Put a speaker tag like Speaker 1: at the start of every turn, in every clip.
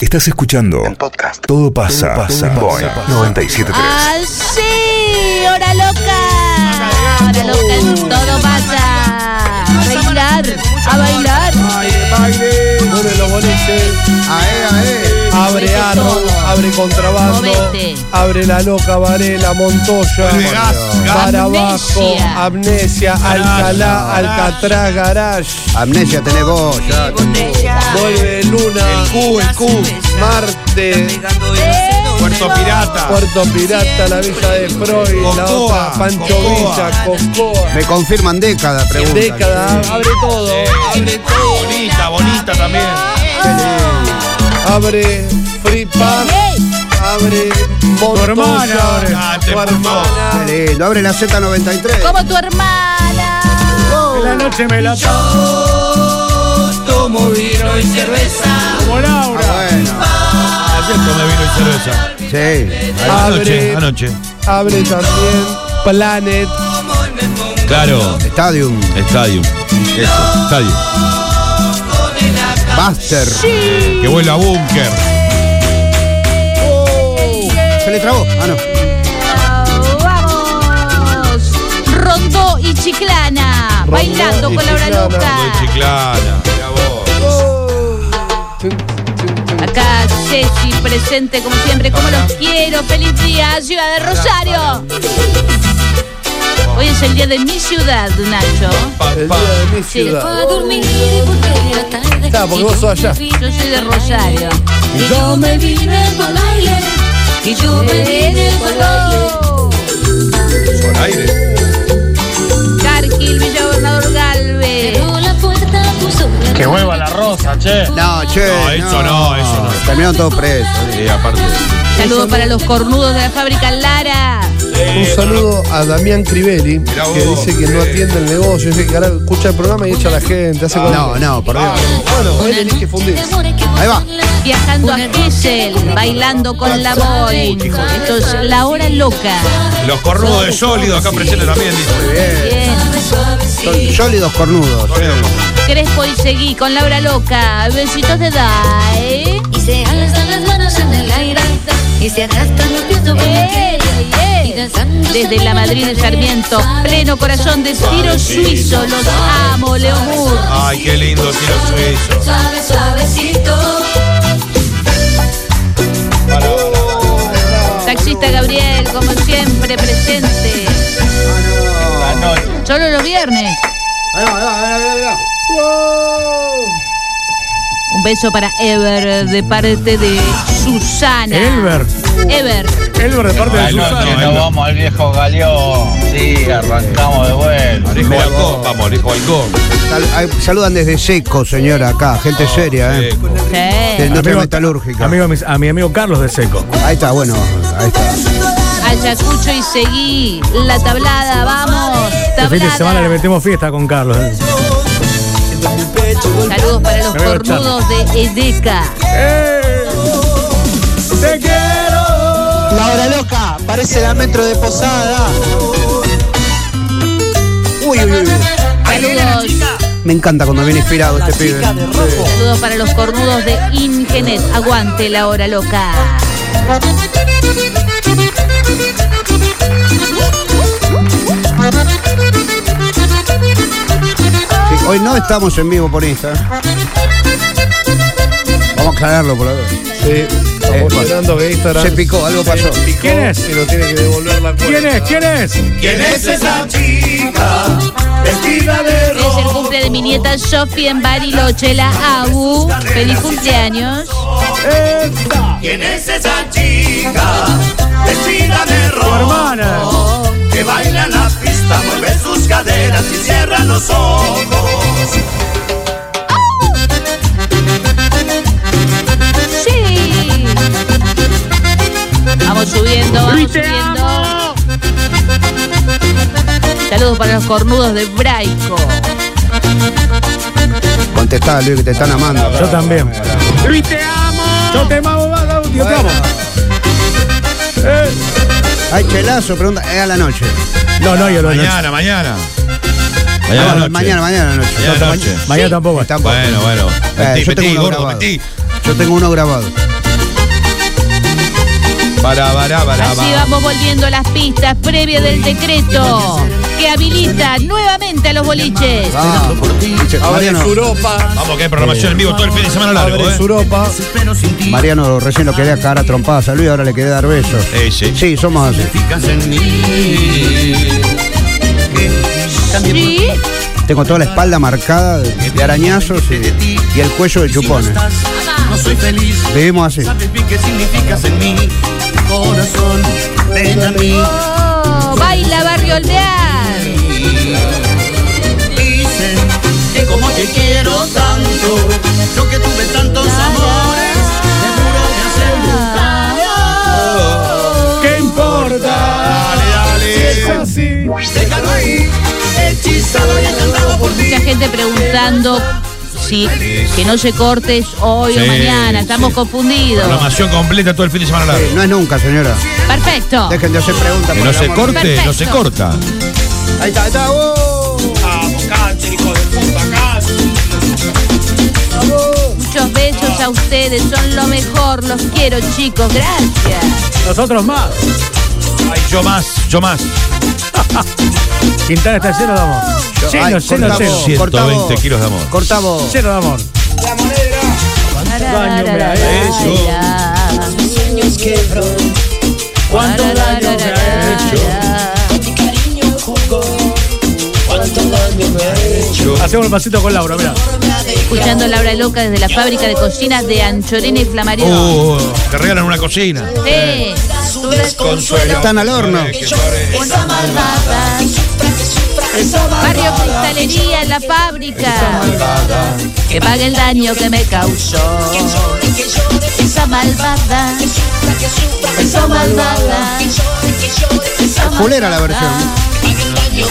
Speaker 1: Estás escuchando
Speaker 2: En podcast.
Speaker 1: Todo pasa,
Speaker 2: Todo pasa.
Speaker 1: en Boeing 97.3.
Speaker 3: ¡Ah, sí! ¡Hora loca! ¡Hora loca! en Todo pasa. A bailar, a bailar.
Speaker 4: Mueve los boliches,
Speaker 5: Ah, eh,
Speaker 6: Ae, ae.
Speaker 4: abre
Speaker 3: Mueve
Speaker 4: arco,
Speaker 3: todo.
Speaker 4: abre contrabando,
Speaker 3: Movete.
Speaker 4: abre la loca Varela, Montoya,
Speaker 6: Mueve gas, gas.
Speaker 4: para abajo,
Speaker 3: Amnesia.
Speaker 6: Ah,
Speaker 4: amnesia, Alcalá, Alcatraz, Garage,
Speaker 6: Amnesia tenés vos, ya.
Speaker 4: vuelve Luna,
Speaker 6: Q, el Q.
Speaker 4: Marte,
Speaker 6: Puerto Pirata.
Speaker 4: Puerto Pirata, la Villa de Freud, la
Speaker 6: Cocoa,
Speaker 4: otra, Pancho
Speaker 6: Cocoa.
Speaker 4: Villa, Cocoa,
Speaker 6: Me confirman década, pregunta.
Speaker 4: década, abre todo, abre todo,
Speaker 7: Bonita, bonita también.
Speaker 4: abre Free Pass, abre Montoya,
Speaker 7: abre. Ah, te
Speaker 4: tu hermana.
Speaker 6: Qué lindo. Abre la Z93.
Speaker 3: Como tu hermana.
Speaker 7: La noche me la tomo vino y cerveza. Como Laura.
Speaker 6: Ah, Bueno,
Speaker 7: Ayer tomé vino y cerveza.
Speaker 6: sí.
Speaker 4: Abre,
Speaker 7: Anoche, anoche.
Speaker 4: abre también Planet,
Speaker 7: Claro,
Speaker 6: Stadium.
Speaker 7: Stadium. Eso, Stadium.
Speaker 6: Buster.
Speaker 7: Que vuela a búnker.
Speaker 6: Se le trabó. Ah, no.
Speaker 3: ¡Vamos! Rondó y Chiclana. Bailando
Speaker 4: y
Speaker 3: con la hora
Speaker 4: Chiclana,
Speaker 3: loca.
Speaker 7: Soy chiclana. Mirá vos.
Speaker 3: Acá Ceci presente como siempre, como los quiero. Feliz día, ciudad de Rosario. Hoy es el día de mi ciudad, Nacho.
Speaker 7: Pa,
Speaker 4: el
Speaker 7: pa.
Speaker 4: día de mi
Speaker 3: Sí.
Speaker 4: ciudad.
Speaker 8: Está, porque vos sos allá.
Speaker 3: Yo soy de Rosario.
Speaker 8: Y yo me vine por baile. Y yo me
Speaker 3: Eh,
Speaker 8: vine por baile.
Speaker 7: Por aire.
Speaker 3: Cargill, Villa Gobernador Galvez.
Speaker 8: Pero la puerta puso la
Speaker 9: Que vuelva la rosa, che.
Speaker 6: No, che.
Speaker 7: No,
Speaker 4: Eh,
Speaker 7: eso no, eso no.
Speaker 6: Terminaron todos presos.
Speaker 7: Sí, aparte.
Speaker 3: Saludos para los cornudos de la fábrica Lara.
Speaker 9: Eh,
Speaker 4: Un saludo a Damián Crivelli,
Speaker 7: Mirá
Speaker 4: que
Speaker 7: vos,
Speaker 4: dice que no
Speaker 7: sí.
Speaker 4: atiende el negocio, dice que ahora escucha el programa y echa a la gente, hace
Speaker 6: No, no, por Dios.
Speaker 4: Bueno, hoy tenés que fundir.
Speaker 6: Ahí
Speaker 8: Ahí
Speaker 6: va.
Speaker 3: Viajando a Kessel, bailando con la boy. Esto es la hora loca.
Speaker 7: Los cornudos de sólido acá presentes también, dice.
Speaker 6: Bien.
Speaker 3: Bien.
Speaker 6: Son sólidos cornudos.
Speaker 7: Sólido cornudo.
Speaker 3: Crespo y seguí con la hora loca. Besitos de Dai.
Speaker 8: Y se alzan las manos en el aire. Y se arrastran los pies sobre la
Speaker 3: Ey,
Speaker 8: tierra.
Speaker 3: ey.
Speaker 8: Y danzando
Speaker 3: Eh. Desde la Madrid de Sarmiento, pleno corazón de tiro suizo. Los amo, Leo Moore.
Speaker 7: Ay, qué lindo tiro suizo.
Speaker 8: Suave, suavecito.
Speaker 3: Taxista Gabriel, como siempre, presente. Solo los viernes.
Speaker 6: Ahí va, ahí va, ahí va, ahí va.
Speaker 3: Un beso para Ever de parte de Susana.
Speaker 9: Elber.
Speaker 3: Ever.
Speaker 9: Elber de parte de
Speaker 7: Ay, no,
Speaker 9: Susana.
Speaker 7: no, no.
Speaker 9: vamos al viejo galeón. Sí, arrancamos de vuelta.
Speaker 7: Alejo Balcón, vamos, Alejo Balcón.
Speaker 6: Sal- ay, Saludan desde Seco, señora, acá. Gente seria, ¿eh?
Speaker 7: Seco.
Speaker 6: De
Speaker 3: Sí.
Speaker 6: industria metalúrgica.
Speaker 9: Oh, Amigo, a mis- a mi amigo Carlos de Seco.
Speaker 6: Ahí está, bueno. Ahí está.
Speaker 3: Ayacucho Ah, y seguí. La tablada, vamos.
Speaker 9: Este fin de
Speaker 3: Tablada.
Speaker 9: semana le metemos fiesta con Carlos. eh.
Speaker 3: Saludos para los
Speaker 9: Me voy a echar.
Speaker 3: cornudos de Edeca.
Speaker 9: ¡Te quiero!
Speaker 10: La hora loca, parece la metro de Posada.
Speaker 6: Uy, uy, uy.
Speaker 3: Saludos.
Speaker 6: Me encanta cuando viene inspirado este pibe.
Speaker 3: Saludos para los cornudos de Ingenet. Aguante la hora loca.
Speaker 6: Sí, hoy no estamos en vivo por Insta. Vamos a aclararlo por ahora.
Speaker 4: Sí,
Speaker 9: Eh,
Speaker 4: estamos llorando que Instagram.
Speaker 6: Se picó, algo pasó.
Speaker 9: ¿Quién es?
Speaker 4: Y lo tiene que devolver la cuenta.
Speaker 9: ¿Quién es? ¿Quién es?
Speaker 3: Es el cumple de mi nieta Sofi en Bariloche, la AU. Feliz cumpleaños.
Speaker 9: Tu hermana.
Speaker 3: Sí. Vamos subiendo, vamos subiendo. Saludos para los cornudos de Braico.
Speaker 6: Contestá, Luis, que te están amando.
Speaker 9: Yo también. Luis, te amo. Yo te amo, va, Lau, yo te amo.
Speaker 6: Ay, chelazo, pregunta. Es a la noche.
Speaker 9: No, no, yo lo no.
Speaker 7: Mañana, mañana.
Speaker 6: Ah, Mañana,
Speaker 7: Mañana, noche.
Speaker 6: mañana noche.
Speaker 7: Mañana
Speaker 6: No,
Speaker 7: noche.
Speaker 9: Mañana tampoco.
Speaker 6: Tampoco.
Speaker 7: Bueno, bueno.
Speaker 6: Eh,
Speaker 7: Metí,
Speaker 6: yo tengo
Speaker 7: metí,
Speaker 6: uno
Speaker 7: gordo,
Speaker 6: grabado.
Speaker 7: metí.
Speaker 6: Yo tengo uno grabado.
Speaker 7: Para, para, para,
Speaker 3: Así vamos volviendo a las pistas previas del decreto que habilita nuevamente a los boliches.
Speaker 6: Ah,
Speaker 4: Ahora es
Speaker 6: Mariano,
Speaker 4: Europa.
Speaker 7: Vamos, que hay programación en vivo todo el fin de semana largo,
Speaker 4: Ahora
Speaker 7: ¿eh?
Speaker 4: es Europa.
Speaker 6: Mariano recién lo quería cagar a trompadas a Luis, ahora le quería dar besos.
Speaker 7: Eh, sí.
Speaker 6: Sí, somos así.
Speaker 3: Sí,
Speaker 6: Tengo toda la espalda marcada de, de arañazos y, y el cuello de chupones.
Speaker 2: No soy feliz,
Speaker 6: Vivimos así.
Speaker 2: sabes bien qué significas en mí. Corazón, ven a mí.
Speaker 3: Oh, baila Barrio Alvear.
Speaker 2: Dicen que como te quiero tanto, yo que tuve tantos amores, seguro que hace
Speaker 9: ¿Qué importa?
Speaker 7: Dale,
Speaker 9: Es
Speaker 7: dale.
Speaker 9: así.
Speaker 2: Déjalo ahí, hechizado y encantado por ti.
Speaker 3: Mucha gente preguntando si que no se corte es hoy o
Speaker 7: Sí,
Speaker 3: mañana. Estamos
Speaker 7: sí.
Speaker 3: confundidos.
Speaker 7: Programación completa todo el fin de semana largo.
Speaker 6: Eh, No es nunca, señora.
Speaker 3: Perfecto.
Speaker 6: Dejen de hacer preguntas.
Speaker 7: Que
Speaker 6: por
Speaker 7: no
Speaker 6: el
Speaker 7: se
Speaker 6: amor.
Speaker 7: corte, no se
Speaker 3: Perfecto.
Speaker 7: corta.
Speaker 6: Ahí está, ahí está. ¡oh!
Speaker 9: Vamos, cante, hijo de puta, cante.
Speaker 3: Muchos besos a ustedes. Son lo mejor. Los quiero, chicos. Gracias.
Speaker 9: Nosotros más.
Speaker 7: Ay, yo más, yo más.
Speaker 9: Quintana está lleno de amor. Lleno,
Speaker 6: Ay,
Speaker 9: lleno, lleno.
Speaker 6: corta vos, corta
Speaker 7: 120
Speaker 6: vos.
Speaker 7: kilos de amor.
Speaker 6: Corta vos.
Speaker 9: Lleno de amor. daño me ha hecho? ¿Cuánto daño me ha
Speaker 3: hecho?
Speaker 9: Hacemos el pasito con Laura, mirá.
Speaker 3: Escuchando Laura Loca desde la fábrica de cocinas de Anchorena y Flamarino.
Speaker 9: Oh.
Speaker 7: Uh, te regalan una cocina.
Speaker 3: Sí.
Speaker 6: Están al horno.
Speaker 3: Barrio Cristalería, la fábrica. Que pague el daño que me causó. Esa malvada. Esa malvada.
Speaker 6: Fulera la versión.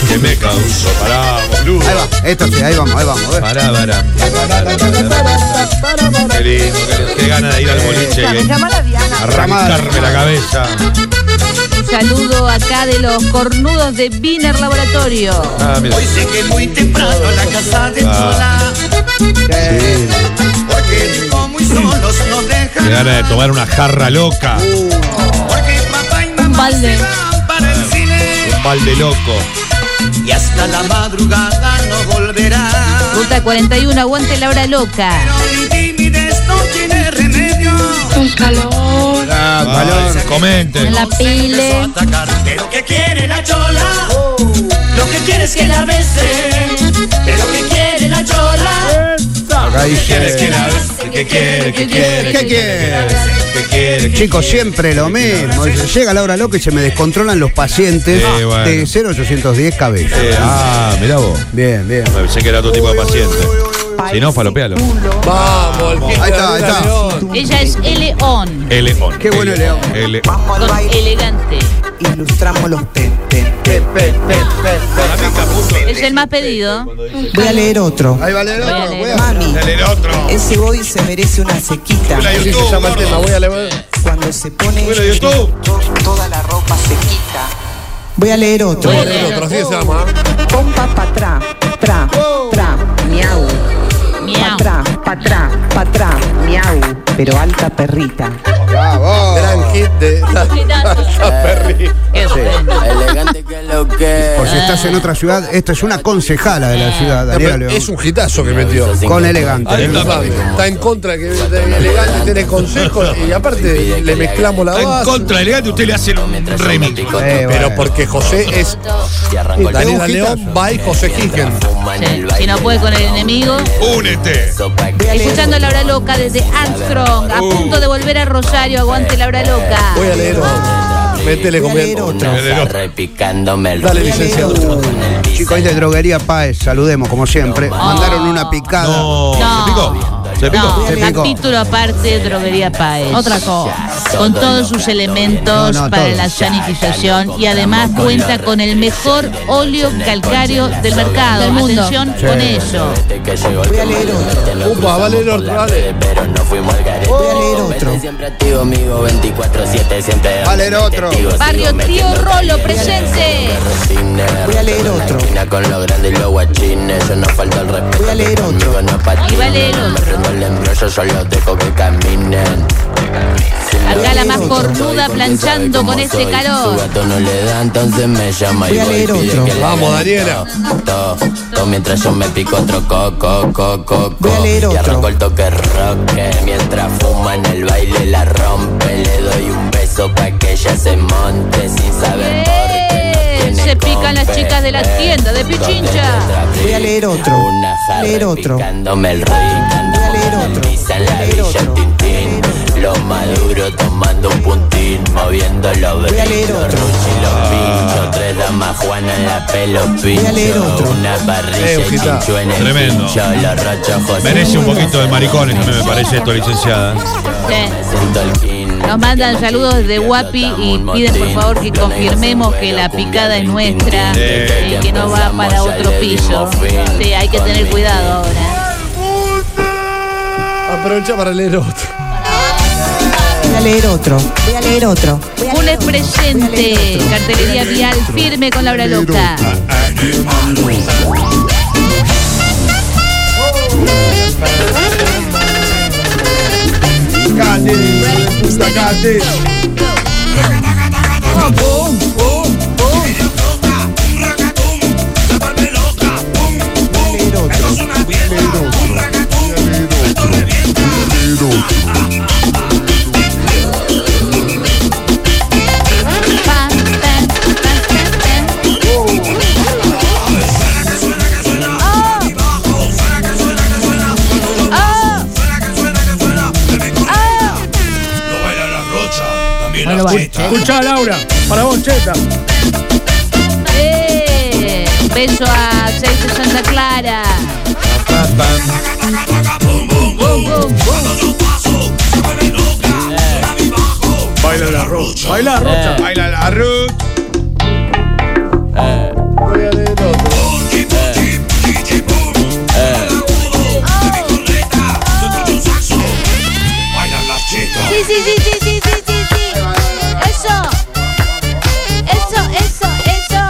Speaker 7: Que me causó. Pará, boludo.
Speaker 6: Ahí va. Esto sí, ahí vamos, ahí vamos. a ver.
Speaker 7: Pará, pará. Pará, pará. Qué lindo, qué lindo. Qué gana de ir al boliche. eh. Arrancarme la cabeza.
Speaker 3: Un saludo acá de los cornudos de Wiener Laboratorio.
Speaker 7: Ah, mira. Ah.
Speaker 2: Hoy sé que muy temprano a la casa de Chola, porque llegó muy solos nos
Speaker 7: Qué
Speaker 2: dejan. Uh.
Speaker 7: gana de tomar una jarra loca.
Speaker 2: Porque papá y
Speaker 3: Un
Speaker 2: mamá
Speaker 3: balde.
Speaker 2: se van para el cine.
Speaker 7: Un balde loco.
Speaker 2: Y hasta la madrugada no volverá.
Speaker 3: Ruta 41, aguante Laura Loca.
Speaker 2: Pero mi timidez no tiene remedio.
Speaker 6: Ah, valor.
Speaker 7: Ay,
Speaker 3: En
Speaker 7: comenten.
Speaker 3: la pile.
Speaker 2: Atacar. Pero que quiere la chola. Lo que quiere es que la bese. Pero que quiere la chola.
Speaker 6: Acá
Speaker 7: ¿Quieres que
Speaker 6: dice.
Speaker 7: la ¿Qué quiere? ¿Qué quiere?
Speaker 6: ¿Qué quiere?
Speaker 7: ¿Qué quiere? ¿Qué
Speaker 6: Chicos, siempre lo mismo. Llega la hora loca y se me descontrolan los pacientes
Speaker 7: Sí, bueno.
Speaker 6: de 0810 cabezas.
Speaker 7: quiere? Ah, mirá vos.
Speaker 6: Bien, bien.
Speaker 7: Pensé que era otro tipo de paciente. Si no, falopealo.
Speaker 4: Vamos, el Kirchner
Speaker 6: Ahí está, ahí
Speaker 4: de
Speaker 6: está.
Speaker 4: León.
Speaker 3: Ella es León.
Speaker 7: El león.
Speaker 6: Qué bueno el león.
Speaker 7: El león.
Speaker 3: Con elegante.
Speaker 10: Ilustramos los pentes.
Speaker 3: Es el más pedido.
Speaker 10: Voy a leer otro.
Speaker 6: Ahí vale el
Speaker 3: Voy a
Speaker 6: otro,
Speaker 3: leer.
Speaker 6: voy a-
Speaker 10: Mami,
Speaker 7: Dale el otro.
Speaker 10: ese body se merece una sequita.
Speaker 7: Hola,
Speaker 4: Así
Speaker 7: YouTube,
Speaker 4: se llama el
Speaker 7: gordo.
Speaker 4: tema. Voy a leer.
Speaker 10: Cuando se pone
Speaker 7: Bueno, YouTube.
Speaker 10: toda la ropa se quita. Voy a leer otro.
Speaker 3: Voy a
Speaker 4: Leer otro, así se
Speaker 3: otro.
Speaker 4: llama. ¿eh?
Speaker 11: Pompa pa' atrás, tra, tra, miau,
Speaker 3: Miau.
Speaker 11: tra, pa' atrás, pa' atrás, miau, pero alta perrita.
Speaker 6: Bravo.
Speaker 4: Gran hit de.
Speaker 3: Qué bueno.
Speaker 10: Elegante que lo que.
Speaker 6: Por si estás en otra ciudad, esta es una concejala de la ciudad, Daniela León.
Speaker 4: Ah.
Speaker 6: Eh,
Speaker 4: Es un hitazo que metió.
Speaker 6: Con elegante.
Speaker 7: Ahí está.
Speaker 4: Sabe, Está en contra que de elegante tiene consejos y aparte le mezclamos la
Speaker 7: Está en
Speaker 4: base.
Speaker 7: contra elegante, usted le hace un remix.
Speaker 6: Eh,
Speaker 4: Pero
Speaker 6: bueno.
Speaker 4: porque José es Daniela León by José Higgins.
Speaker 3: Sí, Si no puede con el enemigo.
Speaker 7: Únete.
Speaker 3: Escuchando la hora loca desde Armstrong, a
Speaker 7: Uh.
Speaker 3: punto de volver a Rosario, aguante la hora loca.
Speaker 4: Voy a leer otro. Métele
Speaker 10: Voy a
Speaker 4: con
Speaker 10: leer otro.
Speaker 7: El otro.
Speaker 2: Repicándome el
Speaker 4: Dale, licenciado.
Speaker 6: Chicos, ahí de Droguería Páez, saludemos como siempre. Mandaron una picada.
Speaker 7: No. ¿Se picó? ¿Se picó?
Speaker 3: No,
Speaker 6: Se picó.
Speaker 3: capítulo aparte, droguería Paez. Otra cosa. Con todos sus elementos
Speaker 6: No, no,
Speaker 3: para
Speaker 6: todo.
Speaker 3: la sanitización y además cuenta con el mejor óleo calcáreo del mercado. Atención con eso.
Speaker 10: Voy a leer otro.
Speaker 4: Upa, va a leer otro, dale.
Speaker 10: Voy a leer otro.
Speaker 6: Vale el otro.
Speaker 3: Barrio Tío Rolo presente.
Speaker 10: Voy a leer otro. Voy a leer otro.
Speaker 3: Y vale el otro. Acá la la más cornuda planchando con este calor.
Speaker 12: no le da, entonces me llama
Speaker 11: Voy
Speaker 12: y
Speaker 11: a
Speaker 12: voy y
Speaker 11: leer
Speaker 12: pide
Speaker 11: otro.
Speaker 12: que le
Speaker 7: Vamos,
Speaker 12: hagan
Speaker 7: Daniela.
Speaker 12: to, to, mientras yo me pico otro coco, coco,
Speaker 11: Voy a
Speaker 12: coco.
Speaker 11: leer
Speaker 12: Y
Speaker 11: otro.
Speaker 12: arranco el toque roque. Mientras fuma en el baile la rompe. Le doy un beso pa' que ella se monte sin saber por qué. no
Speaker 3: Eh,
Speaker 12: tiene
Speaker 3: Se pican las
Speaker 12: compe.
Speaker 3: chicas de la tienda de Pichincha.
Speaker 11: Voy a leer otro.
Speaker 12: Una jarra
Speaker 11: Leer otro.
Speaker 12: picándome el rey,
Speaker 11: Voy a leer
Speaker 12: con el
Speaker 11: otro.
Speaker 12: pizza en la
Speaker 11: Leer
Speaker 12: villa
Speaker 11: otro.
Speaker 12: Tintín. Los maduros tomando un puntín, moviendo los
Speaker 11: Voy a leer
Speaker 12: brillos,
Speaker 11: otro.
Speaker 12: Ruchi y los pinchos, tres damas Juana en la pelo pincho.
Speaker 11: leer otro.
Speaker 12: Una parrilla
Speaker 4: Eh,
Speaker 12: y
Speaker 4: ojita.
Speaker 12: chinchu en el
Speaker 7: Tremendo.
Speaker 12: pincho, los rochos José.
Speaker 7: Merece un poquito de maricones, también me parece esto, licenciada.
Speaker 3: Sí.
Speaker 12: Me siento el king.
Speaker 3: Nos mandan saludos desde Guapi y piden por favor que confirmemos que la picada es nuestra y
Speaker 7: Eh.
Speaker 3: que no va para otro piso. Sí, hay que tener cuidado ahora.
Speaker 4: Aprovecha para leer otro.
Speaker 11: Voy a leer otro. Voy a leer otro. Voy a
Speaker 3: Funes
Speaker 11: leer otro.
Speaker 3: presente, cartelería vial firme con la hora loca. Pa, pa, pa,
Speaker 9: Escuchá, Laura. Para vos, Cheta.
Speaker 3: pa, pa. Eh, Beso a Seis de Santa Clara.
Speaker 9: Baila la rocha. Baila la rocha.
Speaker 7: Baila la Ruth.
Speaker 4: Voy a leer otro.
Speaker 3: Sí, sí, sí, sí, sí, sí, sí, sí. Eso. Eso, eso, eso.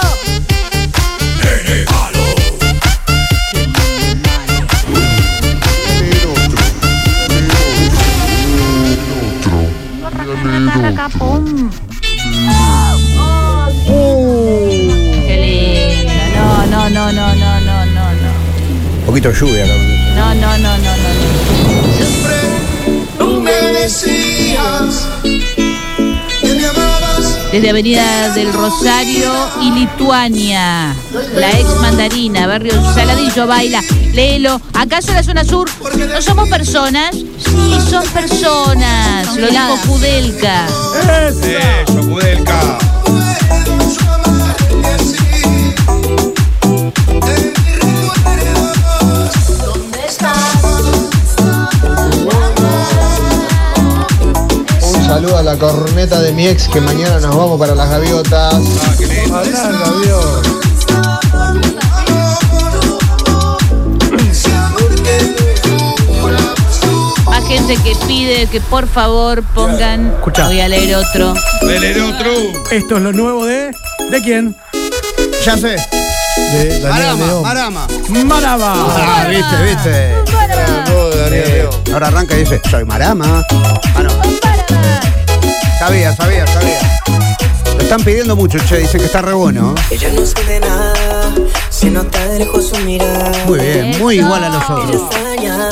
Speaker 3: Qué lindo. No, no, no, no, no, no, no, no.
Speaker 6: Un poquito de lluvia. ¿no?
Speaker 3: No, no, no, no, no. Desde Avenida del Rosario y Lituania, la ex mandarina, barrio Saladillo, baila, léelo. ¿Acaso la zona sur no somos personas? Sí, son personas. Lo dijo Kudelka.
Speaker 7: Eso, Kudelka.
Speaker 13: Un saludo a la corneta de mi ex que mañana nos vamos para las gaviotas.
Speaker 7: Ah, qué lindo.
Speaker 4: Hablá, Gabriel.
Speaker 3: Más gente que pide que por favor pongan.
Speaker 9: Escuchá.
Speaker 3: Voy a leer otro.
Speaker 7: Leer otro.
Speaker 9: Esto es lo nuevo de. ¿De quién?
Speaker 6: Ya sé.
Speaker 4: De Daniel
Speaker 6: Marama,
Speaker 4: León.
Speaker 6: Marama.
Speaker 9: Maraba.
Speaker 6: Ah, viste, viste.
Speaker 4: Todo de Daniel
Speaker 6: Eh,
Speaker 4: León.
Speaker 6: ahora arranca y dice, soy Marama. Ah, no. Sabía, sabía, sabía. Lo están pidiendo mucho, che, dicen que está re bueno.
Speaker 10: Ella no siente nada, se nota de lejos su mirada.
Speaker 6: Muy bien, muy igual a los otros.
Speaker 10: Está dañada,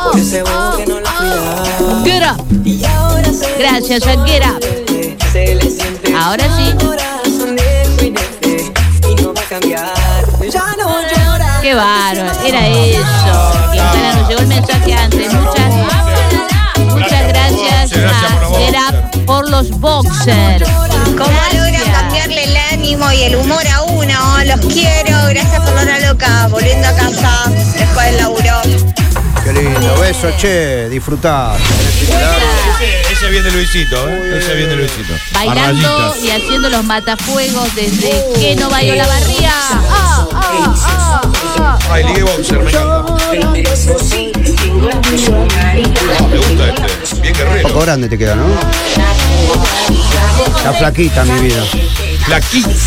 Speaker 11: Oh.
Speaker 10: por ese bobo que no la cuida.
Speaker 3: Get up.
Speaker 10: Y ahora se
Speaker 3: Gracias,
Speaker 10: puso
Speaker 3: Shakira.
Speaker 10: verde, Se le siente
Speaker 3: Ahora sí.
Speaker 10: el corazón de juguete, Y no va a cambiar. Ya no llora.
Speaker 3: Qué bárbaro, era eso. Quintana nos llegó el mensaje antes. Muchas, muchas gracias
Speaker 7: Muchas gracias por los
Speaker 3: a
Speaker 7: boxers.
Speaker 3: Gerard por los boxers.
Speaker 14: ¿Cómo logra cambiarle el ánimo y el humor a uno? Los quiero, gracias por la hora loca. Volviendo a casa después del laburo.
Speaker 6: Qué lindo, beso, che, disfrutá.
Speaker 7: Ese, ese bien de Luisito, ¿eh? Ese bien de Luisito.
Speaker 3: Bailando
Speaker 7: Barrayitas.
Speaker 3: y haciendo los matafuegos desde que no bailó la Ah, barría.
Speaker 7: Ay, Ligue Boxer, me encanta. Ah, me gusta este. Bien
Speaker 6: Un poco
Speaker 7: guerrero.
Speaker 6: grande te queda, ¿no? La flaquita, mi vida.
Speaker 7: La Kit.
Speaker 4: José,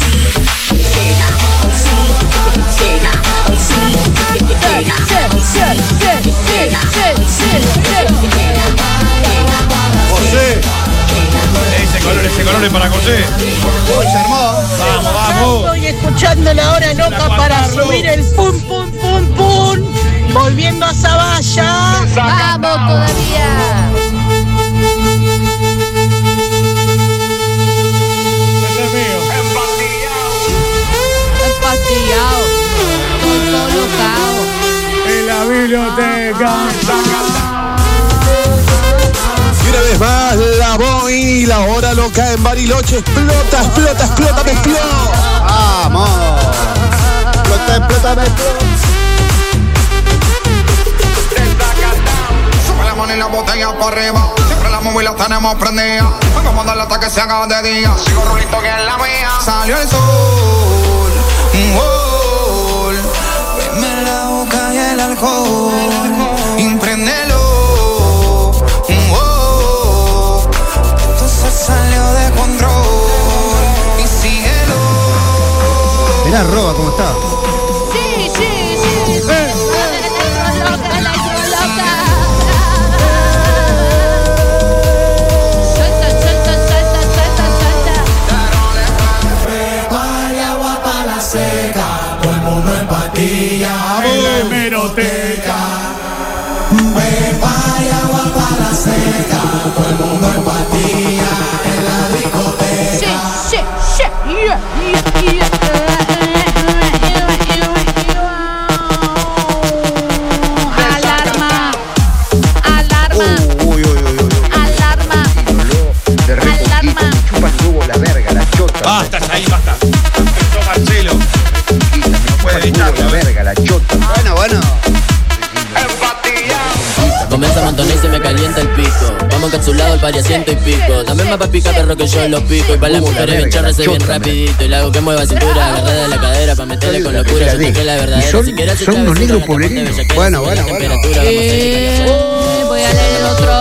Speaker 7: nombre para José.
Speaker 15: Uy, se armó.
Speaker 7: Vamos, vamos.
Speaker 15: Estoy escuchando la hora loca
Speaker 7: La
Speaker 15: para
Speaker 7: Guatarlo.
Speaker 15: subir el pum, pum, pum, pum. Volviendo a Zavalla.
Speaker 3: Vamos todavía. Empastillado. ah, Todo locao.
Speaker 9: En la biblioteca.
Speaker 5: Y una vez más, la Boeing y la hora loca en Bariloche. Explota, explota, explota, me explota. Vamos. Explota, explota, me explota.
Speaker 16: Sube la mano y la botella para arriba. Siempre la móvil la tenemos prendida. Vamos a darle hasta que se haga de día. Sigo rulito que es la mía. Salió el sol. Un gol. Veme la boca y el alcohol. Impréndelo. Un gol. Esto se salió de control. Y síguelo.
Speaker 6: Mirá, roba, ¿cómo está?
Speaker 3: Sí, sí, sí. sí. La loca, la loca. Suelta, suelta, suelta, suelta, suelta.
Speaker 2: Vale agua para la seca, todo el mundo en patilla. En la hemeroteca. Vale agua para la seca, todo el mundo en patilla. En la discoteca.
Speaker 3: Sí, sí, sí. Yeah, yeah, yeah. Alarma, alarma,
Speaker 5: Uy, uy, uy, uy.
Speaker 3: alarma,
Speaker 5: De
Speaker 3: alarma.
Speaker 5: chupas tubo la verga, la chota.
Speaker 7: Basta, ahí, basta. Esto, Marcelo. No puede evitarlo. ¿eh?
Speaker 5: verga, la chota.
Speaker 6: Bueno, bueno.
Speaker 12: Comienza a montonar y se me calienta el pico. Vamos encapsulado al pari ciento y pico. También más pa' pica perro que yo los pico. Y para las
Speaker 5: Uh, la
Speaker 12: mujeres
Speaker 5: verga,
Speaker 12: hincharse
Speaker 5: la
Speaker 12: bien
Speaker 5: chota,
Speaker 12: rapidito. Y la hago que mueva cintura, agarrada de la cadera pa' meterle con locura. Yo toqué la
Speaker 6: Y
Speaker 12: verdadera.
Speaker 6: son,
Speaker 12: Si quieres
Speaker 6: son unos negros pueblerinos. Bueno, bueno, bueno.
Speaker 3: Eh, voy a leer el otro.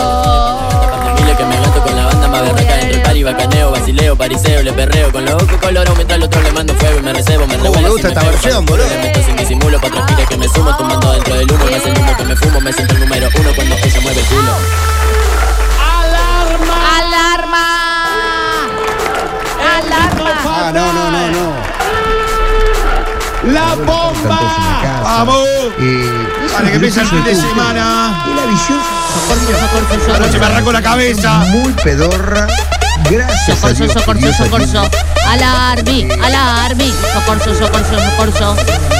Speaker 12: Tranquilo que me gato con la banda más berraca Entre pari, bacaneo, vacileo, pariseo, le perreo Con los ojos colorados mientras al otro le mando fuego y me recebo Me
Speaker 6: me
Speaker 12: revuelo
Speaker 6: gusta esta versión, boludo.
Speaker 12: Le meto sin disimulo, pa' tranquila que me sumo Tumbando dentro del humo, me hace el humo que me fumo Me siento el número uno cuando ella mueve el culo
Speaker 3: Alarma, alarma.
Speaker 6: Ah, no, no, no, no.
Speaker 7: La bomba. Vamos. Vale, que empieza el fin de semana.
Speaker 6: Y la visión
Speaker 7: Anoche me arrancó la cabeza.
Speaker 6: muy pedorra. Gracias a
Speaker 3: Socorso,
Speaker 6: Dios.
Speaker 3: socorso,
Speaker 6: Dios
Speaker 3: socorso.
Speaker 6: ayuda.
Speaker 3: Alarmi, alarmi. Socorso, socorso, socorso.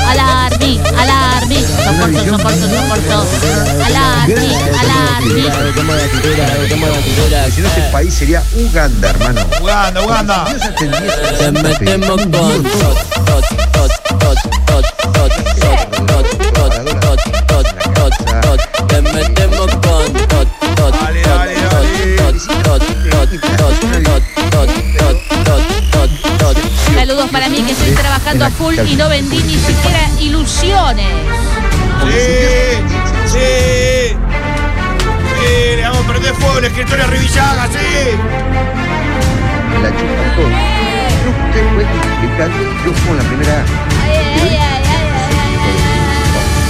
Speaker 3: Alarmi, alarmi. Socorso, socorso, socorso. Alarmi, alarmi.
Speaker 6: eh, Si no, este país sería Uganda, hermano.
Speaker 7: Uganda, Uganda.
Speaker 12: Te metemos con tot, tot, tot, tot, tot, tot, tot, tot, tot, tot, tot, tot. Te metemos con tot, tot, tot, tot, tot, tot, tot, tot, tot, tot, tot, tot, tot.
Speaker 3: Saludos para mí que estoy trabajando a full y no vendí ni siquiera ilusiones.
Speaker 7: Sí, sí. Sí, le vamos a prender fuego el escritorio a Rivillaga, sí.
Speaker 6: La chupa todo. Yo usted fue explicando, yo fui la primera.
Speaker 3: Ay, ay, ay, ay,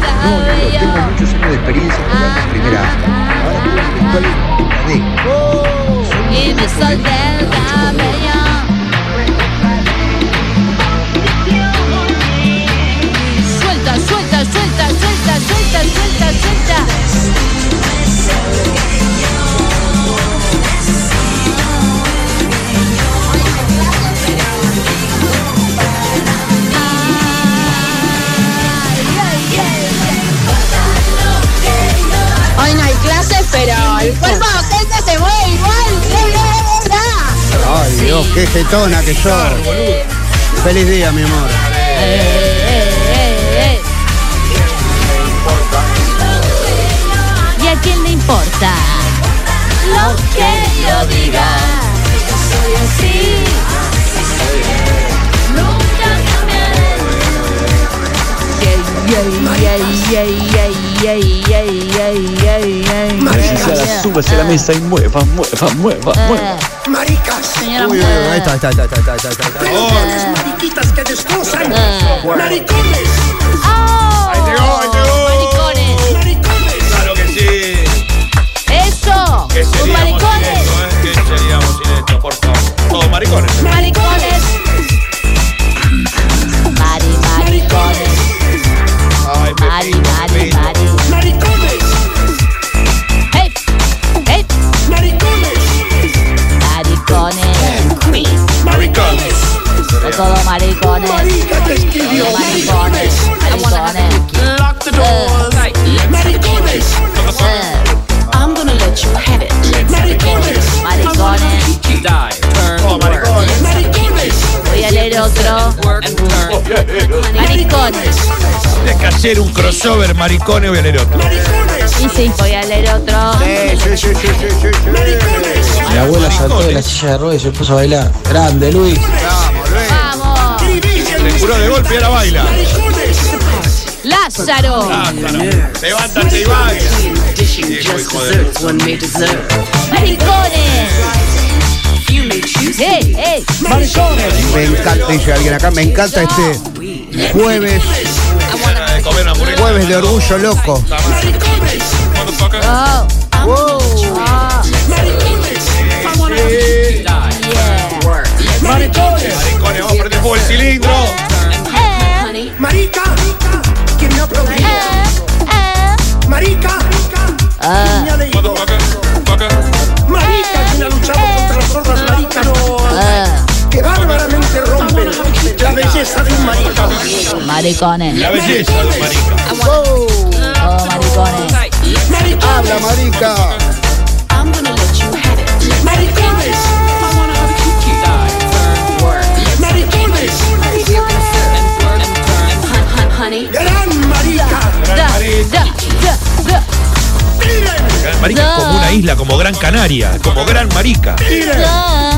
Speaker 6: No, no, no,
Speaker 3: ay, ay,
Speaker 6: tengo
Speaker 3: ay.
Speaker 6: muchos años de experiencia jugando en primera. A. Ahora tengo virtual en la D.
Speaker 3: Y me solté el cabello. Suelta, suelta, suelta, suelta, suelta, suelta, suelta.
Speaker 14: Hoy no hay clases, pero el cuerpo docente se mueve igual. ¡Qué verdad!
Speaker 6: Ay, Dios, qué jetona que sos. Feliz día, mi amor.
Speaker 3: Eh, eh. ¿Y a quién le importa? Lo que yo diga. Yo soy así. Nunca cambiaré.
Speaker 17: Maricela, súbase a la mesa y mueva, mueva, mueva, mueva.
Speaker 9: Maricas.
Speaker 3: Eh. Señora
Speaker 6: Uy, uy, uy, ahí
Speaker 3: mujer.
Speaker 6: está, ahí está, ahí está, ahí está, ahí está, ahí está.
Speaker 9: Pelotones, mariquitas que destrozan. Maricones.
Speaker 3: ¡Oh!
Speaker 7: Ahí llegó, ahí llegó.
Speaker 3: Maricones.
Speaker 9: Maricones.
Speaker 7: Claro que sí.
Speaker 3: ¡Eso!
Speaker 7: ¿Qué
Speaker 3: ¡Los
Speaker 7: seríamos sin
Speaker 3: maricones!
Speaker 7: eso, eh? ¿Qué seríamos sin maricones.
Speaker 18: Maricones.
Speaker 3: Mari, maricones.
Speaker 7: Ay,
Speaker 3: Mari, mari, mari.
Speaker 4: Maricones.
Speaker 3: Hey, hey.
Speaker 4: Maricones.
Speaker 3: Maricones.
Speaker 4: Maricones.
Speaker 3: No todo maricones.
Speaker 4: Marica, te escribió.
Speaker 3: Todo Maricones. Maricones.
Speaker 4: Lock the door. Maricones.
Speaker 18: I'm gonna let you have it.
Speaker 4: Maricones.
Speaker 3: Maricones.
Speaker 4: Oh, maricones. Maricones.
Speaker 3: Voy a leer otro. Maricones.
Speaker 7: Tienes que hacer un crossover maricones voy a leer otro.
Speaker 3: Y sí, voy a leer otro.
Speaker 6: Sí, sí, sí, sí, sí, sí, sí.
Speaker 19: Mi abuela saltó de la silla de ruedas y se puso a bailar. Grande, Luis.
Speaker 6: Vamos, Luis.
Speaker 3: Vamos.
Speaker 7: Te curó de golpe y ahora baila.
Speaker 3: Lázaro.
Speaker 7: Lázaro. Levántate y baila. Viejo hijo de-
Speaker 3: Maricones. Hey, hey.
Speaker 6: Me encanta, dice alguien acá, me encanta este jueves,
Speaker 7: Gana de comer una hamburguesa.
Speaker 6: jueves de orgullo loco.
Speaker 3: Oh. Oh.
Speaker 4: Maricones.
Speaker 7: Maricones, vamos a prender fuego el cilindro.
Speaker 3: Eh,
Speaker 4: Marica. Que me ha aplaudido.
Speaker 3: eh.
Speaker 4: Marica.
Speaker 3: Ah.
Speaker 4: Niña de higo. Marica, que me ha luchado contra las hordas marica.
Speaker 3: Ah.
Speaker 4: Que bárbaramente rompen la belleza de un marica.
Speaker 3: Maricones.
Speaker 7: La belleza de un marica.
Speaker 3: Oh, maricones.
Speaker 6: Habla, marica.
Speaker 4: Maricones. Maricones. Gran marica.
Speaker 3: Da, da, da, da,
Speaker 4: Miren.
Speaker 7: Gran Marica es como una isla, como Gran Canaria, como Gran Marica.
Speaker 4: Miren.
Speaker 3: da.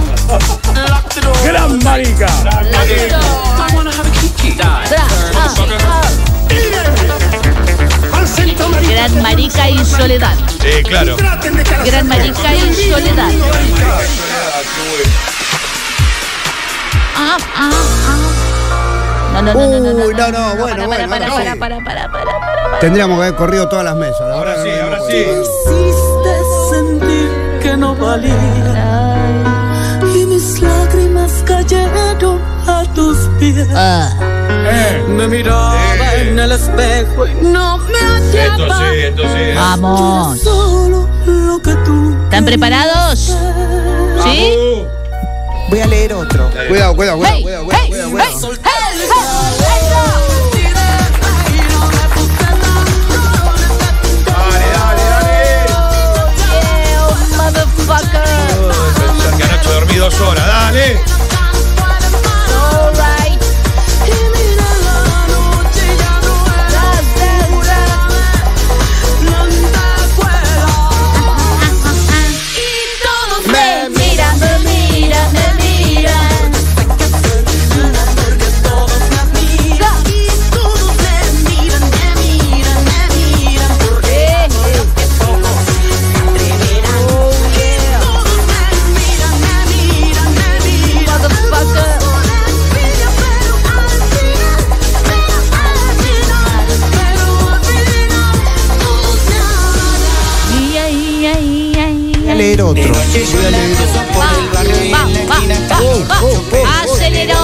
Speaker 4: Gran marica.
Speaker 3: Tra, ah,
Speaker 4: Miren. Al centro
Speaker 3: ah.
Speaker 4: marica.
Speaker 3: Gran marica y soledad.
Speaker 7: Sí, claro.
Speaker 4: Traten de que la
Speaker 3: Gran
Speaker 4: gente
Speaker 3: marica y soledad. Ah, ah, ah. No, no, no, no, no,
Speaker 6: Uy, no, no, bueno,
Speaker 3: para, para,
Speaker 6: bueno, no,
Speaker 3: para, para,
Speaker 6: sí.
Speaker 3: para, para, para, para.
Speaker 6: Tendríamos que haber corrido todas las mesas. la
Speaker 7: Ahora
Speaker 6: verdad
Speaker 7: sí,
Speaker 6: que no
Speaker 7: ahora sí.
Speaker 6: puedo.
Speaker 10: Hiciste sentir que no valía y mis lágrimas cayeron a tus pies.
Speaker 3: Ah,
Speaker 10: Eh. Me miraba en el espejo y no me
Speaker 7: Esto
Speaker 10: hallaba.
Speaker 7: sí, esto
Speaker 10: Ah.
Speaker 7: sí.
Speaker 10: Era
Speaker 3: vamos.
Speaker 10: solo lo que tú.
Speaker 3: ¿Están preparados?
Speaker 6: Ah,
Speaker 3: ¿Sí?
Speaker 7: Uh,
Speaker 20: Voy a leer otro.
Speaker 6: Cuidado, cuidado, cuidado,
Speaker 3: Hey,
Speaker 6: cuidado,
Speaker 3: hey,
Speaker 6: cuidado,
Speaker 3: hey,
Speaker 6: cuidado.
Speaker 3: hey, hey, hey.
Speaker 7: Dale, dale, dale.
Speaker 3: Yeah, motherfucker.
Speaker 7: Pensar que anoche dormí dos horas, dale.
Speaker 3: All right. Me miran, me miran, me miran. Eh, eh. Motherfucker. Ia, ia, ia,
Speaker 20: Voy a
Speaker 3: ia.
Speaker 20: leer otro.
Speaker 3: Va, va, va, va, va. Aceleró.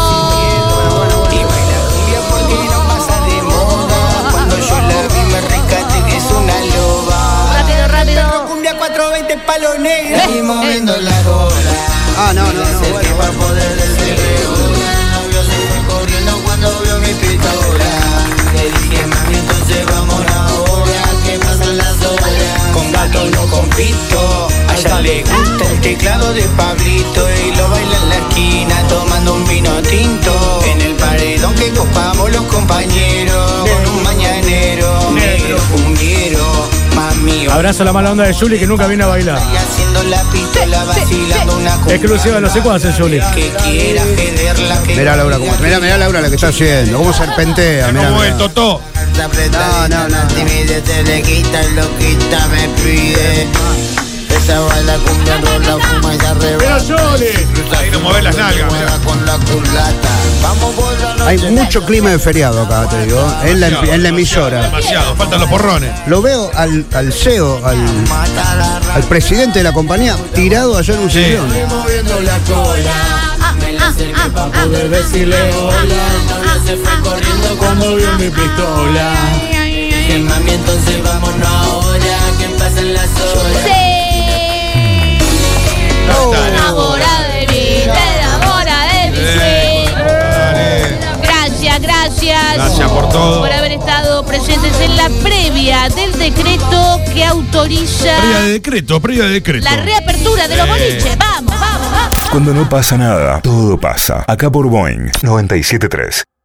Speaker 3: Rápido, rápido.
Speaker 10: Cumbia 420 palo negro.
Speaker 3: Eh, eh.
Speaker 6: Ah, no, no, no, bueno, bueno.
Speaker 10: Con gato no compito. A ella le gusta el teclado de Pablito y lo baila en la esquina tomando un vino tinto. En el paredón que copamos los compañeros con un mañanero negro cumbiero. Mami,
Speaker 21: Abrazo a la mala onda de Juli que nunca viene a bailar.
Speaker 10: y haciendo la pistola vacilando una cumbia.
Speaker 21: Exclusiva, no sé cuándo hace Juli.
Speaker 10: Que quiera cederla que
Speaker 6: Mirá Laura, cómo, mirá, mirá Laura lo que está haciendo, cómo serpentea, mirá.
Speaker 7: Como
Speaker 6: mirá.
Speaker 7: el Totó.
Speaker 10: No, no, no. Timide, te le quita, loquita, me pide. Esa baila cumbia, rola, fuma y arrebata.
Speaker 7: Ahí no mover las nalgas. mirá.
Speaker 10: con la culata. Vamos por la
Speaker 6: Hay mucho clima de feriado acá, te digo, en la, en la emisora.
Speaker 7: Demasiado, faltan los porrones.
Speaker 6: Lo veo al, al CEO, al, al presidente de la compañía, tirado allá en un
Speaker 7: Sí.
Speaker 6: sillón.
Speaker 3: Ah, ah, ah,
Speaker 9: a poder decirle hola. Ella se fue corriendo cuando vio mi pistola. Que mami, entonces vámonos ahora. Que pasen las horas.
Speaker 3: Sí. Enamora de mí, te enamora de mí, sí. Gracias, gracias.
Speaker 7: Gracias por todo.
Speaker 3: Por haber estado presentes en la previa del decreto que autoriza
Speaker 7: Previa de decreto, previa de decreto.
Speaker 3: la reapertura de los
Speaker 7: Eh.
Speaker 3: boliches. Vamos, vamos, vamos.
Speaker 1: Cuando no pasa nada, todo pasa. Acá por Boeing 973.